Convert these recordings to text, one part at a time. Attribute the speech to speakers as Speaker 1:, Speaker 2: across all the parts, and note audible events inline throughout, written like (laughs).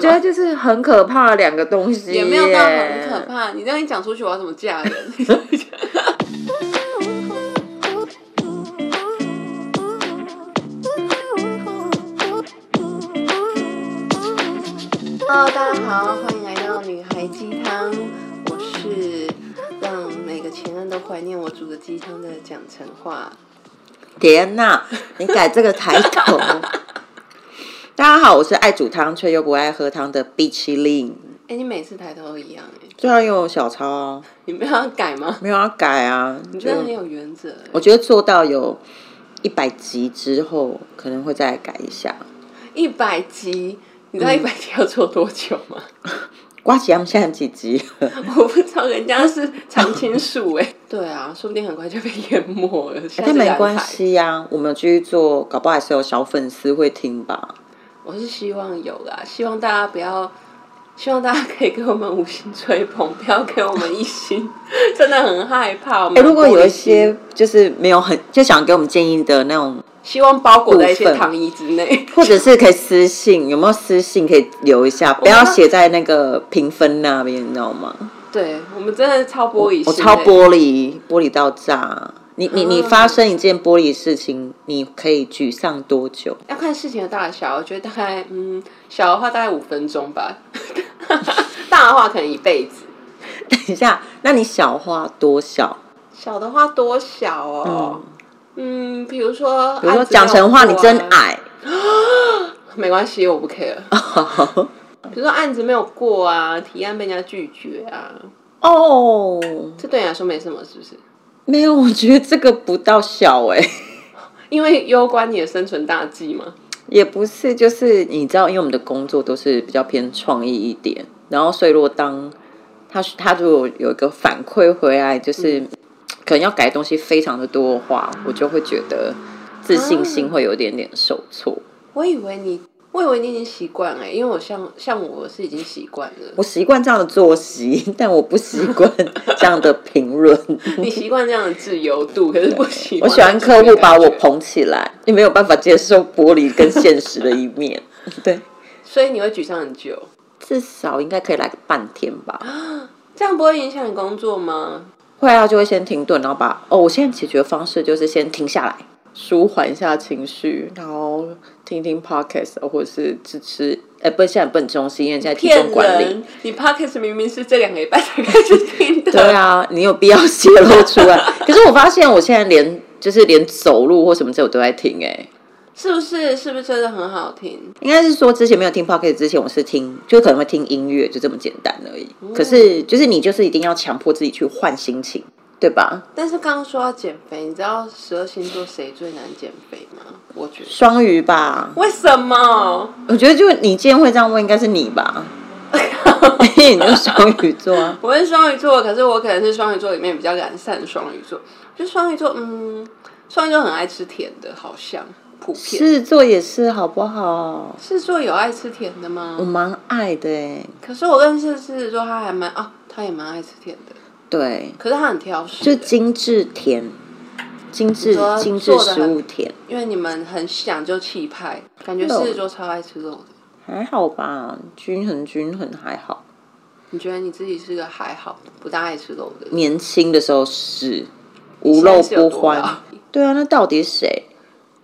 Speaker 1: 它就是很可怕的两个东西，
Speaker 2: 啊也没有到很可。怕。你这样一讲出去，我要怎么嫁人？Hello，大家好，欢迎来到女孩鸡汤，我是让每个前任都怀念我煮的鸡汤的蒋成化。
Speaker 1: 天呐，你改这个抬头。
Speaker 2: (laughs)
Speaker 1: 大家好，我是爱煮汤却又不爱喝汤的 b 淇淋。
Speaker 2: 哎、你每次抬头都一样哎、
Speaker 1: 最后有小抄哦，
Speaker 2: 你没有要改吗？
Speaker 1: 没有要改啊。
Speaker 2: 你
Speaker 1: 就
Speaker 2: 真的很有原则、欸。
Speaker 1: 我觉得做到有一百集之后，可能会再改一下。
Speaker 2: 欸一百集，你知道一百集要做多久吗？ (laughs)
Speaker 1: 瓜吉他们现在几集？
Speaker 2: 我不知道，人家是常青树哎、对啊，说不定很快就被淹没了。下次
Speaker 1: 但没
Speaker 2: 再
Speaker 1: 关
Speaker 2: 来，
Speaker 1: 系呀、我们有继续做，搞不好还是有小粉丝会听吧。
Speaker 2: 我是希望有啦，希望大家不要，希望大家可以给我们五星吹捧，不要给我们一星， (laughs) 真的很害怕。我们
Speaker 1: 哎、如果有一
Speaker 2: 玻璃
Speaker 1: 些就是没有很就想给我们建议的那种，
Speaker 2: 心希望包裹在一
Speaker 1: 部
Speaker 2: 些
Speaker 1: 分
Speaker 2: 糖衣之内， (laughs)
Speaker 1: 或者是可以私信，有没有私信可以留一下，不要写在那个评分那边，你知道吗？
Speaker 2: 对我们真的啊超玻璃心、
Speaker 1: 我超，玻璃，玻璃到炸。你你你发生一件玻璃事情，你可以沮丧多久？ (laughs)
Speaker 2: 要看事情的大小，我觉得大概嗯，小的话大概五分钟吧， (laughs) 大的话可能一辈子。
Speaker 1: 等一下，那你小话多小？
Speaker 2: 啊小的话多小哦？嗯，比如说，
Speaker 1: 比如说
Speaker 2: 案子
Speaker 1: 讲成话，
Speaker 2: 没
Speaker 1: 你
Speaker 2: 有过啊
Speaker 1: 真，矮。 (laughs)
Speaker 2: 没关系，我不 care。比如说案子没有过啊，提案被人家拒绝啊，
Speaker 1: 哦，
Speaker 2: 这对你来说没什么，是不是？
Speaker 1: 没有，我觉得这个不到小哎、
Speaker 2: 因为攸关你的生存大计嘛。
Speaker 1: 也不是，就是你知道，因为我们的工作都是比较偏创意一点，然后所以如果当他他如果有一个反馈回来，就是可能要改的东西非常的多的话，我就会觉得自信心会有一点点受挫。
Speaker 2: 我以为你，我以为你已经习惯了，欸因为我像像我是已经习惯了，
Speaker 1: 我习惯这样的作息， (laughs) 但我不习惯这样的评论。 (laughs)
Speaker 2: 你习惯这样的自由度，可是不习
Speaker 1: 我
Speaker 2: 惯。
Speaker 1: 喜欢客户把我，捧起来，你没有办法接受玻璃跟现实的一面。 (laughs) 对，
Speaker 2: 所以你会沮丧很久。
Speaker 1: 至少应该可以来个半天吧。
Speaker 2: 这样不会影响你工作吗？
Speaker 1: 会啊，就会先停顿，然后把哦，我现在解决方式就是先停下来，舒缓一下情绪，然后听听 podcast，或者是吃吃，哎，不，现在不能吃东西，因为现在体
Speaker 2: 骗
Speaker 1: 重管理。
Speaker 2: 人！你 podcast 明明是这两个礼拜才开始听的，
Speaker 1: 对啊，你有必要泄露出来。 (laughs) 可是我发现我现在连就是连走路或什么这我都在听、哎，
Speaker 2: 是不是？是不是真的很好听？
Speaker 1: 应该是说之前没有听 podcast 之前，我是听就可能会听音乐，就这么简单而已。
Speaker 2: 嗯
Speaker 1: 可是就是你就是一定要强迫自己去换心情，对吧？
Speaker 2: 但是刚刚说要减肥，你知道十二星座谁最难减肥吗？我觉得
Speaker 1: 双鱼吧，
Speaker 2: 为什
Speaker 1: (laughs)
Speaker 2: 么？
Speaker 1: 我觉得就你今天会这样问，应该是你吧？因 (laughs) 为你就是双鱼座
Speaker 2: (laughs)
Speaker 1: 啊。
Speaker 2: 我是双鱼座，可是我可能是双鱼座里面比较懒散的双鱼座。就双鱼座，嗯，双鱼座很爱吃甜的，好像普遍。
Speaker 1: 狮子座也是，好不好？
Speaker 2: 狮子座有爱吃甜的吗？
Speaker 1: 我蛮爱的哎，
Speaker 2: 可是我认识的狮子座，他还蛮啊，他也蛮爱吃甜的，
Speaker 1: 对，
Speaker 2: 可是他很挑食。
Speaker 1: 就精致甜，精
Speaker 2: 你
Speaker 1: 致
Speaker 2: 说
Speaker 1: 精致
Speaker 2: 做得
Speaker 1: 食
Speaker 2: 很
Speaker 1: 物甜，
Speaker 2: 因为你们很讲究气派，感觉狮子座超爱吃肉的。
Speaker 1: 还好吧？均衡均衡还好。
Speaker 2: 你觉得你自己是个还好不大爱吃肉的人？
Speaker 1: 年轻的时候是无肉
Speaker 2: 现在是有
Speaker 1: 不
Speaker 2: 多
Speaker 1: 欢
Speaker 2: 老。
Speaker 1: 对啊，那到底是谁？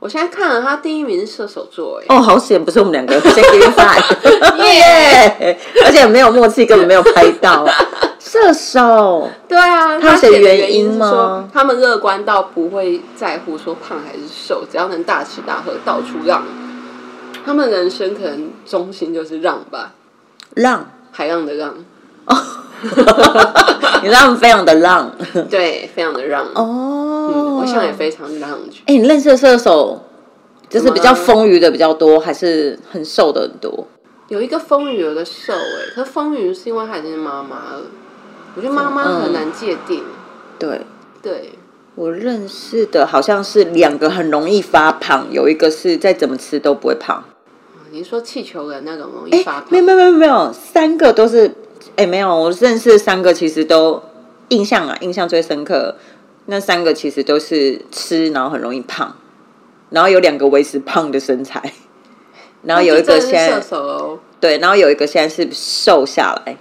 Speaker 2: 我现在看了他第一名是射手座，哎、
Speaker 1: 哦，好险，不是我们
Speaker 2: (laughs)
Speaker 1: 两个先给你喊， (laughs) 耶！而且没有默契，根本没有拍到。射手，
Speaker 2: 对啊，
Speaker 1: 他写
Speaker 2: 写的
Speaker 1: 的
Speaker 2: 原
Speaker 1: 原
Speaker 2: 因
Speaker 1: 因
Speaker 2: 是
Speaker 1: 吗
Speaker 2: 说他们乐观到不会在乎说胖还是瘦，只要能大吃大喝，到处让。他们人生可能中心就是让吧，
Speaker 1: 浪。 (laughs)
Speaker 2: 海浪的浪，
Speaker 1: 你浪非常的浪
Speaker 2: 对，非常的让。
Speaker 1: 哦
Speaker 2: 我想也非常让，
Speaker 1: 哎、你认识的射手，就是比较
Speaker 2: 怎么了
Speaker 1: 丰腴的比较多，还是很瘦的很多？
Speaker 2: 有一个风雨，有一个瘦、哎，可是风雨是因为她已经是妈妈了，我觉得妈妈很难界定，
Speaker 1: 对，
Speaker 2: 对。
Speaker 1: 我认识的好像是两个很容易发胖，有一个是再怎么吃都不会胖。
Speaker 2: 你是说气球人那种容易发胖，
Speaker 1: 没有没有没有没有，三个都是哎、没有，我认识的三个其实都印象啊，印象最深刻。那三个其实都是吃，然后很容易胖，然后有两个维持胖的身材，然后有一个
Speaker 2: 这
Speaker 1: 现
Speaker 2: 真的
Speaker 1: 在
Speaker 2: 是射手哦，
Speaker 1: 对，然后有一个现在是瘦下来，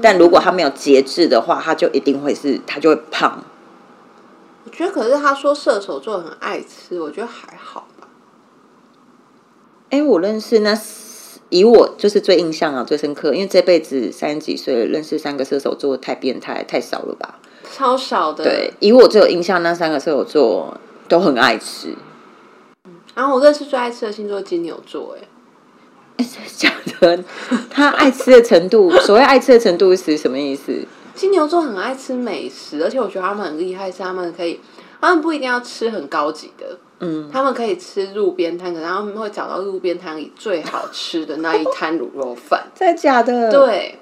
Speaker 1: 但如果他没有节制的话，他就一定会是他就会胖。
Speaker 2: 我觉得可是他说射手座很爱吃，我觉得还好吧。
Speaker 1: 哎，我认识那四以我就是最印象啊最深刻，因为这辈子三十几岁了认识三个射手座太变态太少了吧？
Speaker 2: 超少的。
Speaker 1: 对，以我最有印象那三个射手座都很爱吃，
Speaker 2: 然后我认识最爱吃的星座是金牛座，哎，
Speaker 1: 讲的他爱吃的程度，所谓爱吃的程度是什么意思？
Speaker 2: 金牛座很爱吃美食，而且我觉得他们很厉害，是他们可以，他们不一定要吃很高级的，
Speaker 1: 嗯，
Speaker 2: 他们可以吃路边摊，可能他们会找到路边摊里最好吃的那一摊卤肉饭。
Speaker 1: 真的假的？，
Speaker 2: 对，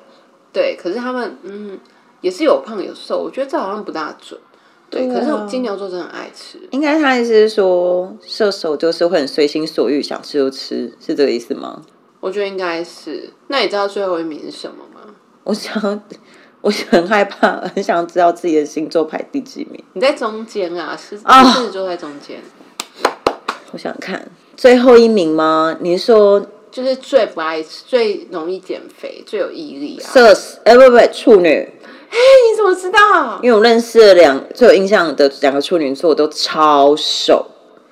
Speaker 2: 对，可是他们嗯也是有胖有瘦，我觉得这好像不大准。对，
Speaker 1: 对
Speaker 2: 可
Speaker 1: 啊
Speaker 2: 是金牛座真的很爱吃，
Speaker 1: 应该他意思是说射手就是会很随心所欲，想吃就吃，是这个意思吗？
Speaker 2: 我觉得应该是。那你知道最后一名是什么吗？
Speaker 1: 我想，我很害怕，很想知道自己的星座排第几名。
Speaker 2: 你在中间啊，狮
Speaker 1: 啊
Speaker 2: 狮子座在中间，
Speaker 1: 我想看最后一名吗？你是说
Speaker 2: 就是最不爱吃、最容易减肥、最有毅力啊。
Speaker 1: 射手？哎、不不不，处女，
Speaker 2: 你怎么知道？
Speaker 1: 因为我认识的两最有印象的两个处女座都超瘦，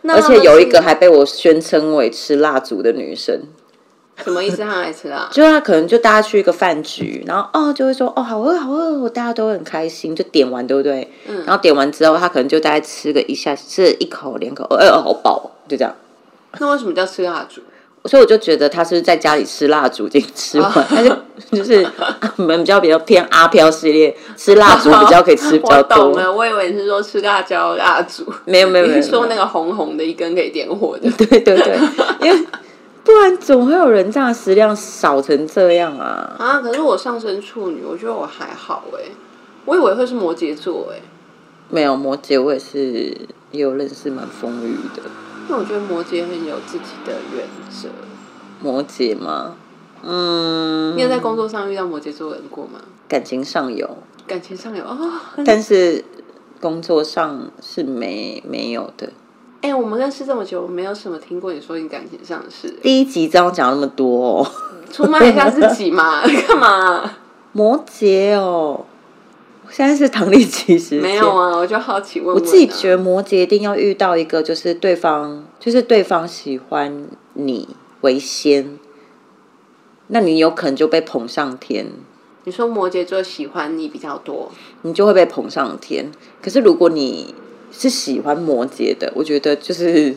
Speaker 2: 那
Speaker 1: 而
Speaker 2: 他
Speaker 1: 且
Speaker 2: 们
Speaker 1: 有一
Speaker 2: 是
Speaker 1: 个还被我宣称为吃蜡烛的女生。
Speaker 2: 什么意思？他很爱吃啊？
Speaker 1: 就他可能就大家去一个饭局，然后哦就会说哦好饿好饿，我大家都很开心，就点完对不对？
Speaker 2: 嗯
Speaker 1: 然后点完之后，他可能就大概吃个一下，吃了一口两口，呃、好饱，就这样。
Speaker 2: 那为什么叫吃蜡烛？
Speaker 1: 所以我就觉得他是在家里吃蜡烛已经吃完，
Speaker 2: 哦
Speaker 1: 他就就是啊我们比较比较偏阿飘系列，吃蜡烛比较可以吃比较
Speaker 2: (laughs) 我懂
Speaker 1: 多。
Speaker 2: 了，我以为你是说吃辣椒蜡烛，
Speaker 1: 没有 (laughs) 没有没
Speaker 2: 你
Speaker 1: 有，
Speaker 2: 是说
Speaker 1: 没
Speaker 2: 那
Speaker 1: 有
Speaker 2: 个红红的一根可以点火的？
Speaker 1: 对对对，因为不然总会有人这样食量少成这样啊。
Speaker 2: 啊，可是我上升处女，我觉得我还好哎、我以为会是摩羯座哎、
Speaker 1: 没有摩羯，我也是也有认识蛮丰腴的。
Speaker 2: 因为我觉得摩羯很有自己的原则。
Speaker 1: 摩羯吗？嗯，
Speaker 2: 你有在工作上遇到摩羯座的人过吗？
Speaker 1: 感情上有，
Speaker 2: 感情上有啊？哎、
Speaker 1: 但是工作上是没没有的。
Speaker 2: 哎我们认识这么久，我没有什么听过你说你感情上的事，欸
Speaker 1: 第一集这样讲那么多、哦，
Speaker 2: 出卖一下自
Speaker 1: (laughs)
Speaker 2: 己嘛？干嘛？
Speaker 1: 摩羯哦，我现在是唐立奇时间
Speaker 2: 没有啊，我就好奇问问、啊。
Speaker 1: 我自己觉得摩羯一定要遇到一个，就是对方，就是对方喜欢你为先，那你有可能就被捧上天，
Speaker 2: 你说摩羯座喜欢你比较多，
Speaker 1: 你就会被捧上天。可是如果你是喜欢摩羯的，我觉得就是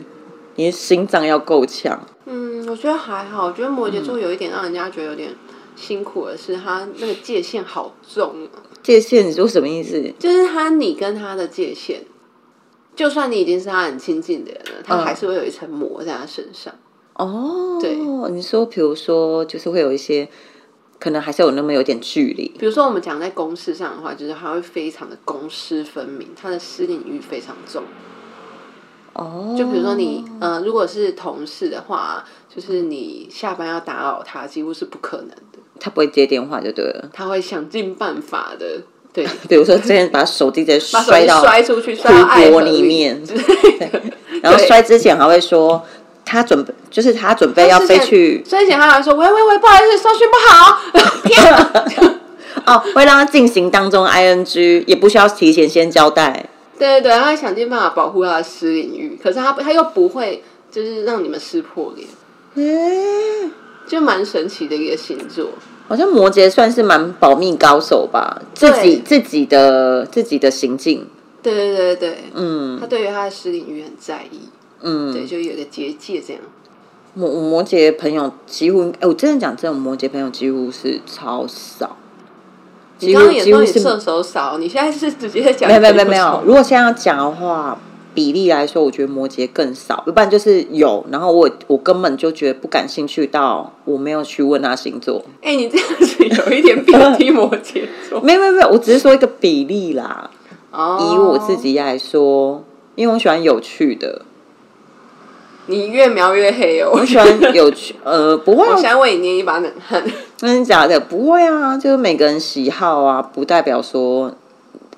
Speaker 1: 你的心脏要够强。
Speaker 2: 嗯，我觉得还好。我觉得摩羯座有一点让人家觉得有点辛苦的是，他那个界限好重、啊，
Speaker 1: 界限，你说什么意思？
Speaker 2: 就是他你跟他的界限，就算你已经是他很亲近的人了，他
Speaker 1: 嗯
Speaker 2: 还是会有一层膜在他身上。
Speaker 1: 哦，
Speaker 2: 对
Speaker 1: 你说，比如说，就是会有一些，可能还是有那么有点距离。
Speaker 2: 比如说我们讲在公事上的话，就是他会非常的公私分明，他的私领域非常重。
Speaker 1: 哦，
Speaker 2: 就比如说你，呃，如果是同事的话，就是你下班要打扰他，几乎是不可能的。
Speaker 1: 他不会接电话就对了。
Speaker 2: 他会想尽办法的，
Speaker 1: (laughs)
Speaker 2: 对，
Speaker 1: 比如说，之前把手机直接
Speaker 2: (laughs) 把手机
Speaker 1: 摔到
Speaker 2: 摔出去，摔到爱
Speaker 1: 湖
Speaker 2: 河
Speaker 1: 泊里面，
Speaker 2: (laughs)
Speaker 1: 然
Speaker 2: 然
Speaker 1: 后摔之前还会说，他准备就是他准备要飞去
Speaker 2: 所以简单来说，喂喂 (laughs) 喂，不好意思，收讯不好。 (laughs) 天啊
Speaker 1: 哦，会让他进行当中 ing，也不需要提前先交代。
Speaker 2: 对对对，他会想尽办法保护他的私领域，可是他他又不会就是让你们撕破脸，
Speaker 1: 嗯，
Speaker 2: 就蛮神奇的一个星座。
Speaker 1: 好像摩羯算是蛮保密高手吧，自己自己的自己的行径，
Speaker 2: 对对对对，对
Speaker 1: 嗯
Speaker 2: 他对于他的私领域很在意，对，
Speaker 1: 嗯，
Speaker 2: 就有一个结界这样。
Speaker 1: 摩摩羯朋友几乎，哎、我真的讲真的，摩羯朋友几乎是超少，
Speaker 2: 你
Speaker 1: 几
Speaker 2: 刚
Speaker 1: 乎
Speaker 2: 刚也
Speaker 1: 几
Speaker 2: 说
Speaker 1: 乎
Speaker 2: 你
Speaker 1: 是
Speaker 2: 射手少，你现在是直接讲
Speaker 1: 没有没有没有
Speaker 2: 射手
Speaker 1: 没有，如果现在要讲的话，比例来说，我觉得摩羯更少，要不然就是有，然后我我根本就觉得不感兴趣到我没有去问他星座，
Speaker 2: 哎、你这样子有一点贬低摩羯座。
Speaker 1: 没有没有没有，我只是说一个比例啦。
Speaker 2: 哦
Speaker 1: 以我自，己来说，因为我喜欢有趣的，
Speaker 2: 你越描越黑哦。
Speaker 1: 我
Speaker 2: 我
Speaker 1: 喜欢有趣， (laughs) 呃，不会
Speaker 2: (laughs) 我
Speaker 1: 啊
Speaker 2: 现，在为你捏一把冷汗。 (laughs)
Speaker 1: 真的假的？不会啊，就是每个人喜好啊，不代表说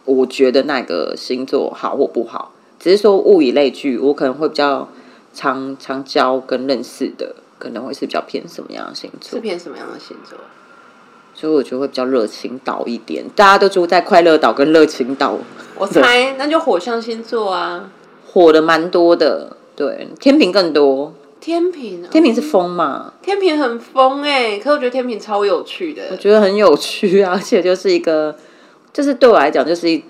Speaker 1: 我觉得那个星座好或不好，只是说物以类聚，我可能会比较常常交跟认识的。可能会是比较偏什么样的星座
Speaker 2: 是，偏什么样的星座？
Speaker 1: 所以我觉得会比较热情岛一点。大家都住在快乐岛跟热情岛，
Speaker 2: 我猜那就火象星座啊，
Speaker 1: 火的蛮多的。对，天平更多，
Speaker 2: 天平、哦。
Speaker 1: 天平是风嘛，
Speaker 2: 天平很疯哎、可我觉得天平超有趣的
Speaker 1: 我。觉得很有趣啊，而 (laughs) 且就是一个，就是对我来讲，就是一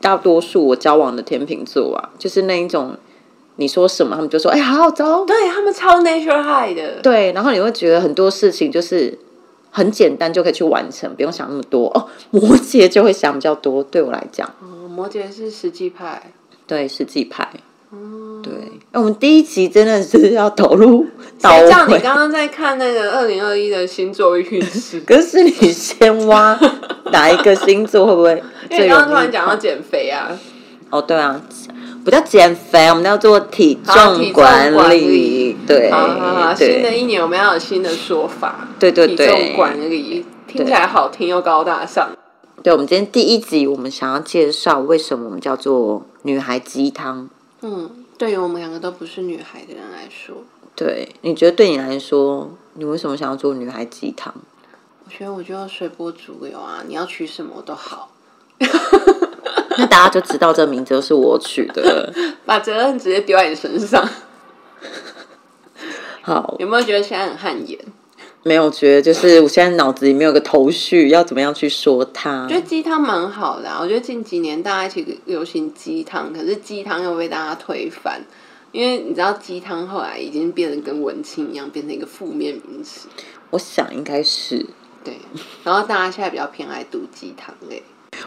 Speaker 1: 大多数我交往的天秤座啊，就是那一种，你说什么他们就说，哎、好好走。
Speaker 2: 对他们超 nature high 的，
Speaker 1: 对，然后你会觉得很多事情就是很简单就可以去完成，不用想那么多哦。摩羯就会想比较多，对我来讲，
Speaker 2: 嗯，摩羯是实际派，
Speaker 1: 对，是自己拍。
Speaker 2: 哦
Speaker 1: 对，哎，我们第一集真的是要投
Speaker 2: (laughs)
Speaker 1: 入倒
Speaker 2: 谁叫你
Speaker 1: 回，
Speaker 2: 刚刚在看那个二零二一的星座
Speaker 1: (laughs)
Speaker 2: 运势？
Speaker 1: 可是你先挖哪一个星座会不会
Speaker 2: (laughs) 因为
Speaker 1: 最容
Speaker 2: 你刚
Speaker 1: 易
Speaker 2: 刚突然讲到减肥啊，
Speaker 1: 哦，对啊，不叫减肥，我们要做体
Speaker 2: 好体
Speaker 1: 重
Speaker 2: 重
Speaker 1: 管
Speaker 2: 管
Speaker 1: 理
Speaker 2: 理。
Speaker 1: 对
Speaker 2: 好好好，啊新的
Speaker 1: 对
Speaker 2: 一年我们要有新的说法，
Speaker 1: 对对
Speaker 2: 体重
Speaker 1: 对
Speaker 2: 管理听起来好听又高大上。
Speaker 1: 对，我们今天第一集，我们想要介绍为什么我们叫做女孩鸡汤。
Speaker 2: 嗯，对于我们两个都不是女孩的人来说，
Speaker 1: 对，你觉得对你来说，你为什么想要做女孩鸡汤？
Speaker 2: 我觉得我就随波逐流啊，你要取什么我
Speaker 1: (laughs)
Speaker 2: 都好，
Speaker 1: 那大家就知道这名字是我取的。
Speaker 2: 把责任直接丢在你身上。
Speaker 1: 好，
Speaker 2: 有没有觉得现在很汗颜？
Speaker 1: 没有觉得就是我现在脑子里面有个头绪，要怎么样去说它
Speaker 2: 我？觉得鸡汤蛮好的、啊，我觉得近几年大家一起流行鸡汤，可是鸡汤又被大家推翻，因为你知道鸡汤后来已经变得跟文青一样，变成一个负面名词。
Speaker 1: 我想应该是，
Speaker 2: 对，然后大家现在比较偏爱读鸡汤类。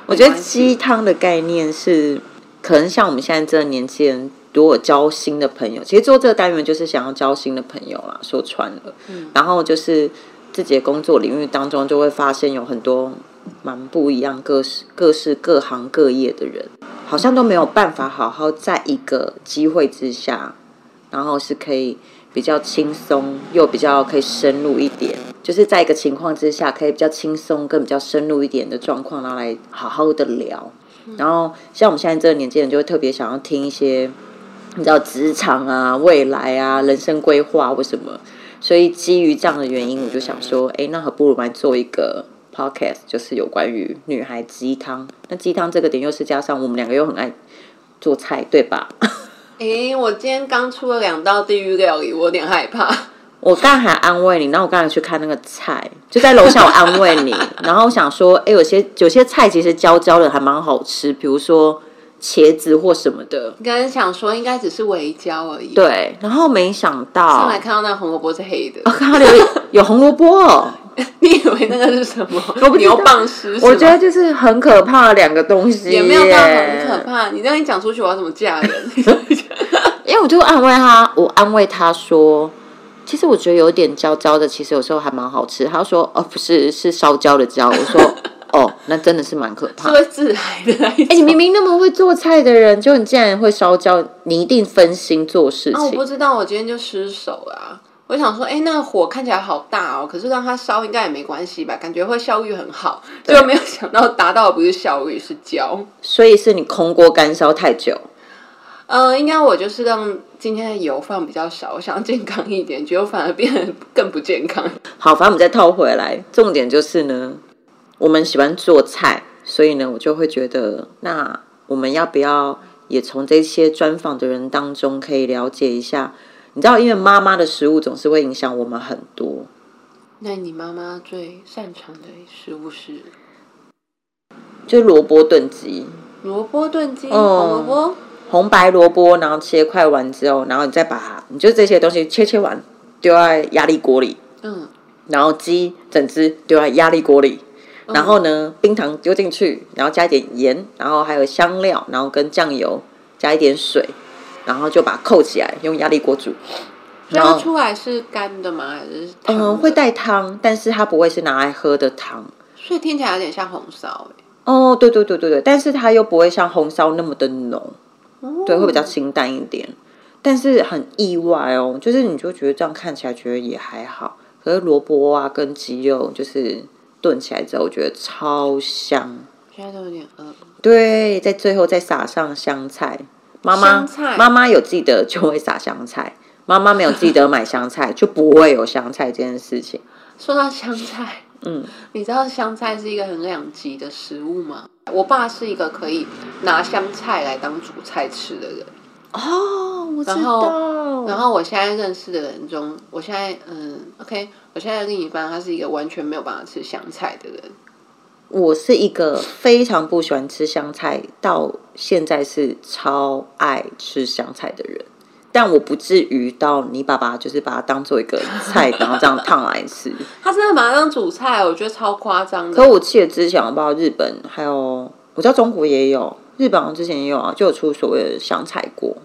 Speaker 1: 我觉得鸡汤的概念是，可能像我们现在这个年纪人，如果交新的朋友，其实做这个单元就是想要交新的朋友啦。说穿了，然后就是自己的工作领域当中，就会发现有很多蛮不一样、各式各式各行各业的人，好像都没有办法好好在一个机会之下，然后是可以。比较轻松，又比较可以深入一点，就是在一个情况之下，可以比较轻松跟比较深入一点的状况，然后来好好的聊。然后像我们现在这个年纪人，就会特别想要听一些，你知道职场啊、未来啊、人生规划或什么。所以基于这样的原因，我就想说，哎，那何不如来做一个 podcast，就是有关于女孩鸡汤。那鸡汤这个点又是加上我们两个又很爱做菜，对吧？
Speaker 2: 诶、我今天刚出了两道地狱料理，我有点害怕。
Speaker 1: 我刚才还安慰你，然后我刚才去看那个菜，就在楼下我安慰
Speaker 2: (laughs)
Speaker 1: 你，然后我想说，哎、有些有些菜其实焦焦的还蛮好吃，比如说茄子或什么的，
Speaker 2: 你刚才想说应该只是微胶而已，，
Speaker 1: 对。然后没想到
Speaker 2: 上，来看到那红萝卜是黑的，
Speaker 1: 我
Speaker 2: (laughs)
Speaker 1: 看到有有红萝卜哦，
Speaker 2: 你以为那个是什么？
Speaker 1: 不知道
Speaker 2: 牛蒡丝是吗？
Speaker 1: 我觉得就是很可怕的两个东西，
Speaker 2: 也没有到很可。怕。你这样一讲出去，我要怎么
Speaker 1: (laughs)
Speaker 2: 嫁人？ (laughs)
Speaker 1: 因为我就安慰他，我安慰他说，其实我觉得有点焦焦的，其实有时候还蛮好吃。他说，哦，不是，是烧焦的焦。我
Speaker 2: (laughs)
Speaker 1: 说，哦，那真的是蛮可怕
Speaker 2: 是
Speaker 1: 的。
Speaker 2: 会自嗨的那一种。
Speaker 1: 哎、你明明那么会做菜的人，就你竟然会烧焦，你一定分心做事
Speaker 2: 啊，我
Speaker 1: 情。
Speaker 2: 不知道，我今天就失手啦、我想说，哎、那个火看起来好大哦，可是让它烧应该也没关系吧？感觉会效率很好，结果没有想到达到的不是效率，是焦。
Speaker 1: 所以是你空锅干烧太久。
Speaker 2: 呃，应该我就是让今天的油放比较少，我想要健康一点，结果反而变得更不健康。
Speaker 1: 好，反正我们再套回来，重点就是呢，我们喜欢做菜，所以呢，我就会觉得，那我们要不要也从这些专访的人当中可以了解一下？你知道，因为妈妈的食物总是会影响我们很多。
Speaker 2: (laughs) 那你妈妈最擅长的食物是
Speaker 1: 就萝卜炖鸡，
Speaker 2: 萝卜炖鸡、
Speaker 1: 哦
Speaker 2: 红萝卜？
Speaker 1: 红白萝卜，然后切块完之后，然后你再把它，你就这些东西切切完，丢在压力锅里，
Speaker 2: 嗯，
Speaker 1: 然后鸡整只丢在压力锅里，然后呢，冰糖丢进去，然后加一点盐，然后还有香料，然后跟酱油，加一点水，然后就把它扣起来，用压力锅煮。
Speaker 2: 所以
Speaker 1: 然
Speaker 2: 它
Speaker 1: 后
Speaker 2: 出来是干的吗？还是汤的
Speaker 1: 嗯，会，带汤，但是它不会是拿来喝的汤。
Speaker 2: 所以听起来有点像红烧、欸。
Speaker 1: 哦，对对对对对，但是它又不会像红烧那么的浓，
Speaker 2: 哦
Speaker 1: 对，会比较清淡一点。但是很意外哦，就是你就觉得这样看起来觉得也还好，可是萝卜啊跟鸡肉就是炖起来之后，我觉得超香。
Speaker 2: 现在都有点饿。
Speaker 1: 对，在最后再撒上香菜。妈妈
Speaker 2: 香菜
Speaker 1: 妈妈有记得就会撒香菜，妈妈没有记得买香菜，就不会有香菜这件事情。
Speaker 2: 说到香菜， (laughs)
Speaker 1: 嗯，
Speaker 2: 你知道香菜是一个很两极的食物吗？我爸是一个可以拿香菜来当主菜吃的人，
Speaker 1: 哦，我知
Speaker 2: 然后
Speaker 1: 道，
Speaker 2: 然后我现在认识的人中，我现在嗯，OK，我现在的另一半他是一个完全没有办法吃香菜的人，
Speaker 1: 我是一个非常不喜欢吃香菜，到现在是超爱吃香菜的人，但我不至于到你爸爸就是把它当做一个菜，然后这样烫来吃。
Speaker 2: 他真的把它当主菜，我觉得超夸张
Speaker 1: 可
Speaker 2: 的。
Speaker 1: 我记得之前，我不知道日本还有，我知道中国也有，日本好像之前也有啊，就有出所谓的香菜锅。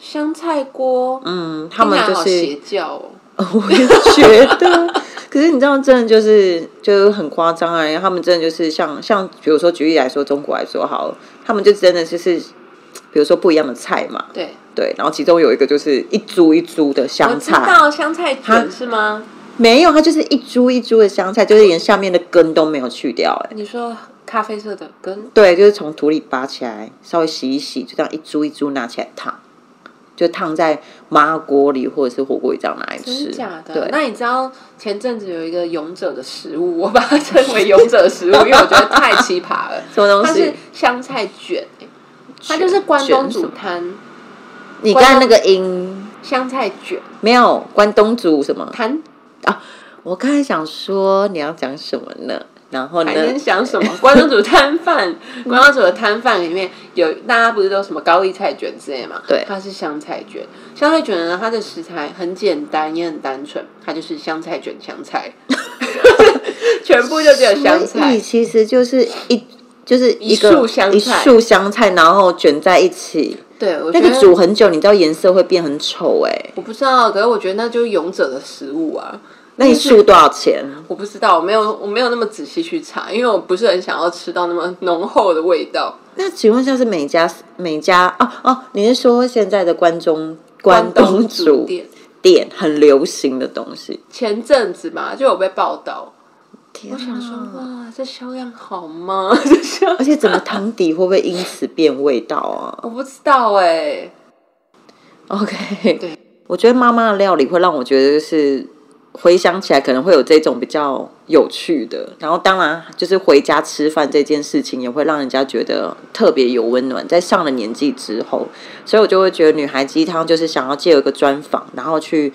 Speaker 2: 香菜锅，
Speaker 1: 嗯，他们
Speaker 2: 听
Speaker 1: 就
Speaker 2: 起来好
Speaker 1: 是
Speaker 2: 邪教哦。
Speaker 1: (laughs) 我也觉得， (laughs) 可是你知道，真的就是就是很夸张啊！他们真的就是像像，比如说举例来说，中国来说好了，他们就真的就是，比如说不一样的菜嘛，
Speaker 2: 对，
Speaker 1: 对，然后其中有一个就是一株一株的
Speaker 2: 我
Speaker 1: 香
Speaker 2: 知
Speaker 1: 菜，
Speaker 2: 道香菜卷是吗？
Speaker 1: 没有，它就是一株一株的香菜，就是连下面的根都没有去掉、哎。
Speaker 2: 你说咖啡色的跟
Speaker 1: 对，就是从土里拔起来，稍微洗一洗，就这样一株一株拿起来烫，就烫在麻锅里或者是火锅里这样拿来
Speaker 2: 真
Speaker 1: 吃。
Speaker 2: 的假的？
Speaker 1: 对，
Speaker 2: 那你知道前阵子有一个勇者的食物，我把它称为勇者食物，因为我觉得太奇葩了。
Speaker 1: (laughs) 什么东
Speaker 2: 它是
Speaker 1: 西？
Speaker 2: 香菜卷、欸，它就是关
Speaker 1: 卷
Speaker 2: 东
Speaker 1: 什
Speaker 2: 煮
Speaker 1: 么
Speaker 2: 摊
Speaker 1: 你刚才那个音
Speaker 2: 香菜卷
Speaker 1: 没有关东煮什么？
Speaker 2: 摊，
Speaker 1: 我刚才想说你要讲什么呢？然后呢
Speaker 2: 还？能想什
Speaker 1: (laughs)
Speaker 2: 么？关东煮摊贩，
Speaker 1: 嗯
Speaker 2: 关东煮的摊贩里面有大家不是都有什么高丽菜卷之类嘛？
Speaker 1: 对
Speaker 2: 它是香菜卷。香菜卷呢，它的食材很简单，也很单纯，它就是香菜卷香
Speaker 1: (laughs)
Speaker 2: 菜，全部就只有香
Speaker 1: 所以
Speaker 2: 菜。
Speaker 1: 其实就是一就是一个
Speaker 2: 一束香菜
Speaker 1: 一束香菜，然后卷在一起。
Speaker 2: 对，我
Speaker 1: 那
Speaker 2: 觉
Speaker 1: 个
Speaker 2: 得
Speaker 1: 煮很久，你知道颜色会变很丑哎、
Speaker 2: 我不知道，可是我觉得那就是勇者的食物啊。
Speaker 1: 那一束多少钱？
Speaker 2: 我不知道，我没有，我没有那么仔细去查，因为我不是很想要吃到那么浓厚的味道。
Speaker 1: 那请问一下是每家每家哦哦，你是说现在的关中关东
Speaker 2: 煮
Speaker 1: 煮
Speaker 2: 店
Speaker 1: 店很流行的东西？
Speaker 2: 前阵子吧，就有被报道，
Speaker 1: 天
Speaker 2: 我想说
Speaker 1: 啊！
Speaker 2: 哇，这销量好吗？ (laughs) 这销
Speaker 1: 而且整个汤底会不会因此变味道啊
Speaker 2: 我不知道哎、
Speaker 1: ？OK，
Speaker 2: 对，
Speaker 1: 我觉得妈妈的料理会让我觉得就是回想起来可能会有这种比较有趣的，然后当然就是回家吃饭这件事情也会让人家觉得特别有温暖，在上了年纪之后，所以我就会觉得女孩鸡汤就是想要借由一个专访，然后去。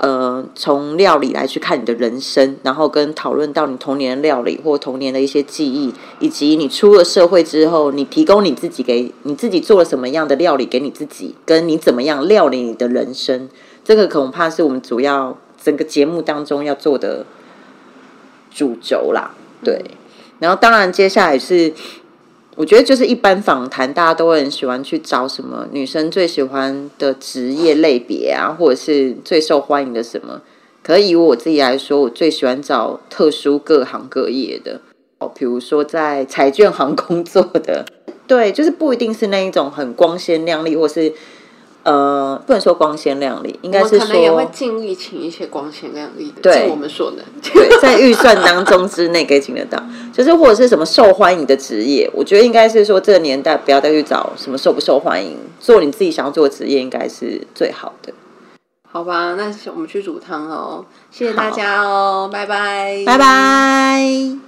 Speaker 1: 呃，从料理来去看你的人生，然后跟讨论到你童年的料理或童年的一些记忆，以及你出了社会之后，你提供你自己给你自己做了什么样的料理给你自己，跟你怎么样料理你的人生，这个恐怕是我们主要整个节目当中要做的主轴啦。
Speaker 2: 嗯
Speaker 1: 对，然后当然接下来是，我觉得就是一般访谈，大家都会很喜欢去找什么女生最喜欢的职业类别啊，或者是最受欢迎的什么。可以以我自己来说，我最喜欢找特殊各行各业的，哦，比如说在彩券行工作
Speaker 2: (laughs)
Speaker 1: 的，对，就是不一定是那一种很光鲜亮丽，或是呃，不能说光鲜亮丽，应该
Speaker 2: 我
Speaker 1: 是
Speaker 2: 们可
Speaker 1: 说
Speaker 2: 能也会尽力请一些光鲜亮丽的，
Speaker 1: 对
Speaker 2: 尽我们所能。 (laughs)
Speaker 1: 对，在预算当中之内可以请得到，就是或者是什么受欢迎的职业，我觉得应该是说这个年代不要再去找什么受不受欢迎，做你自己想要做的职业应该是最好的。
Speaker 2: 好吧，那我们去煮汤哦，谢谢大家哦，拜拜，
Speaker 1: 拜。拜。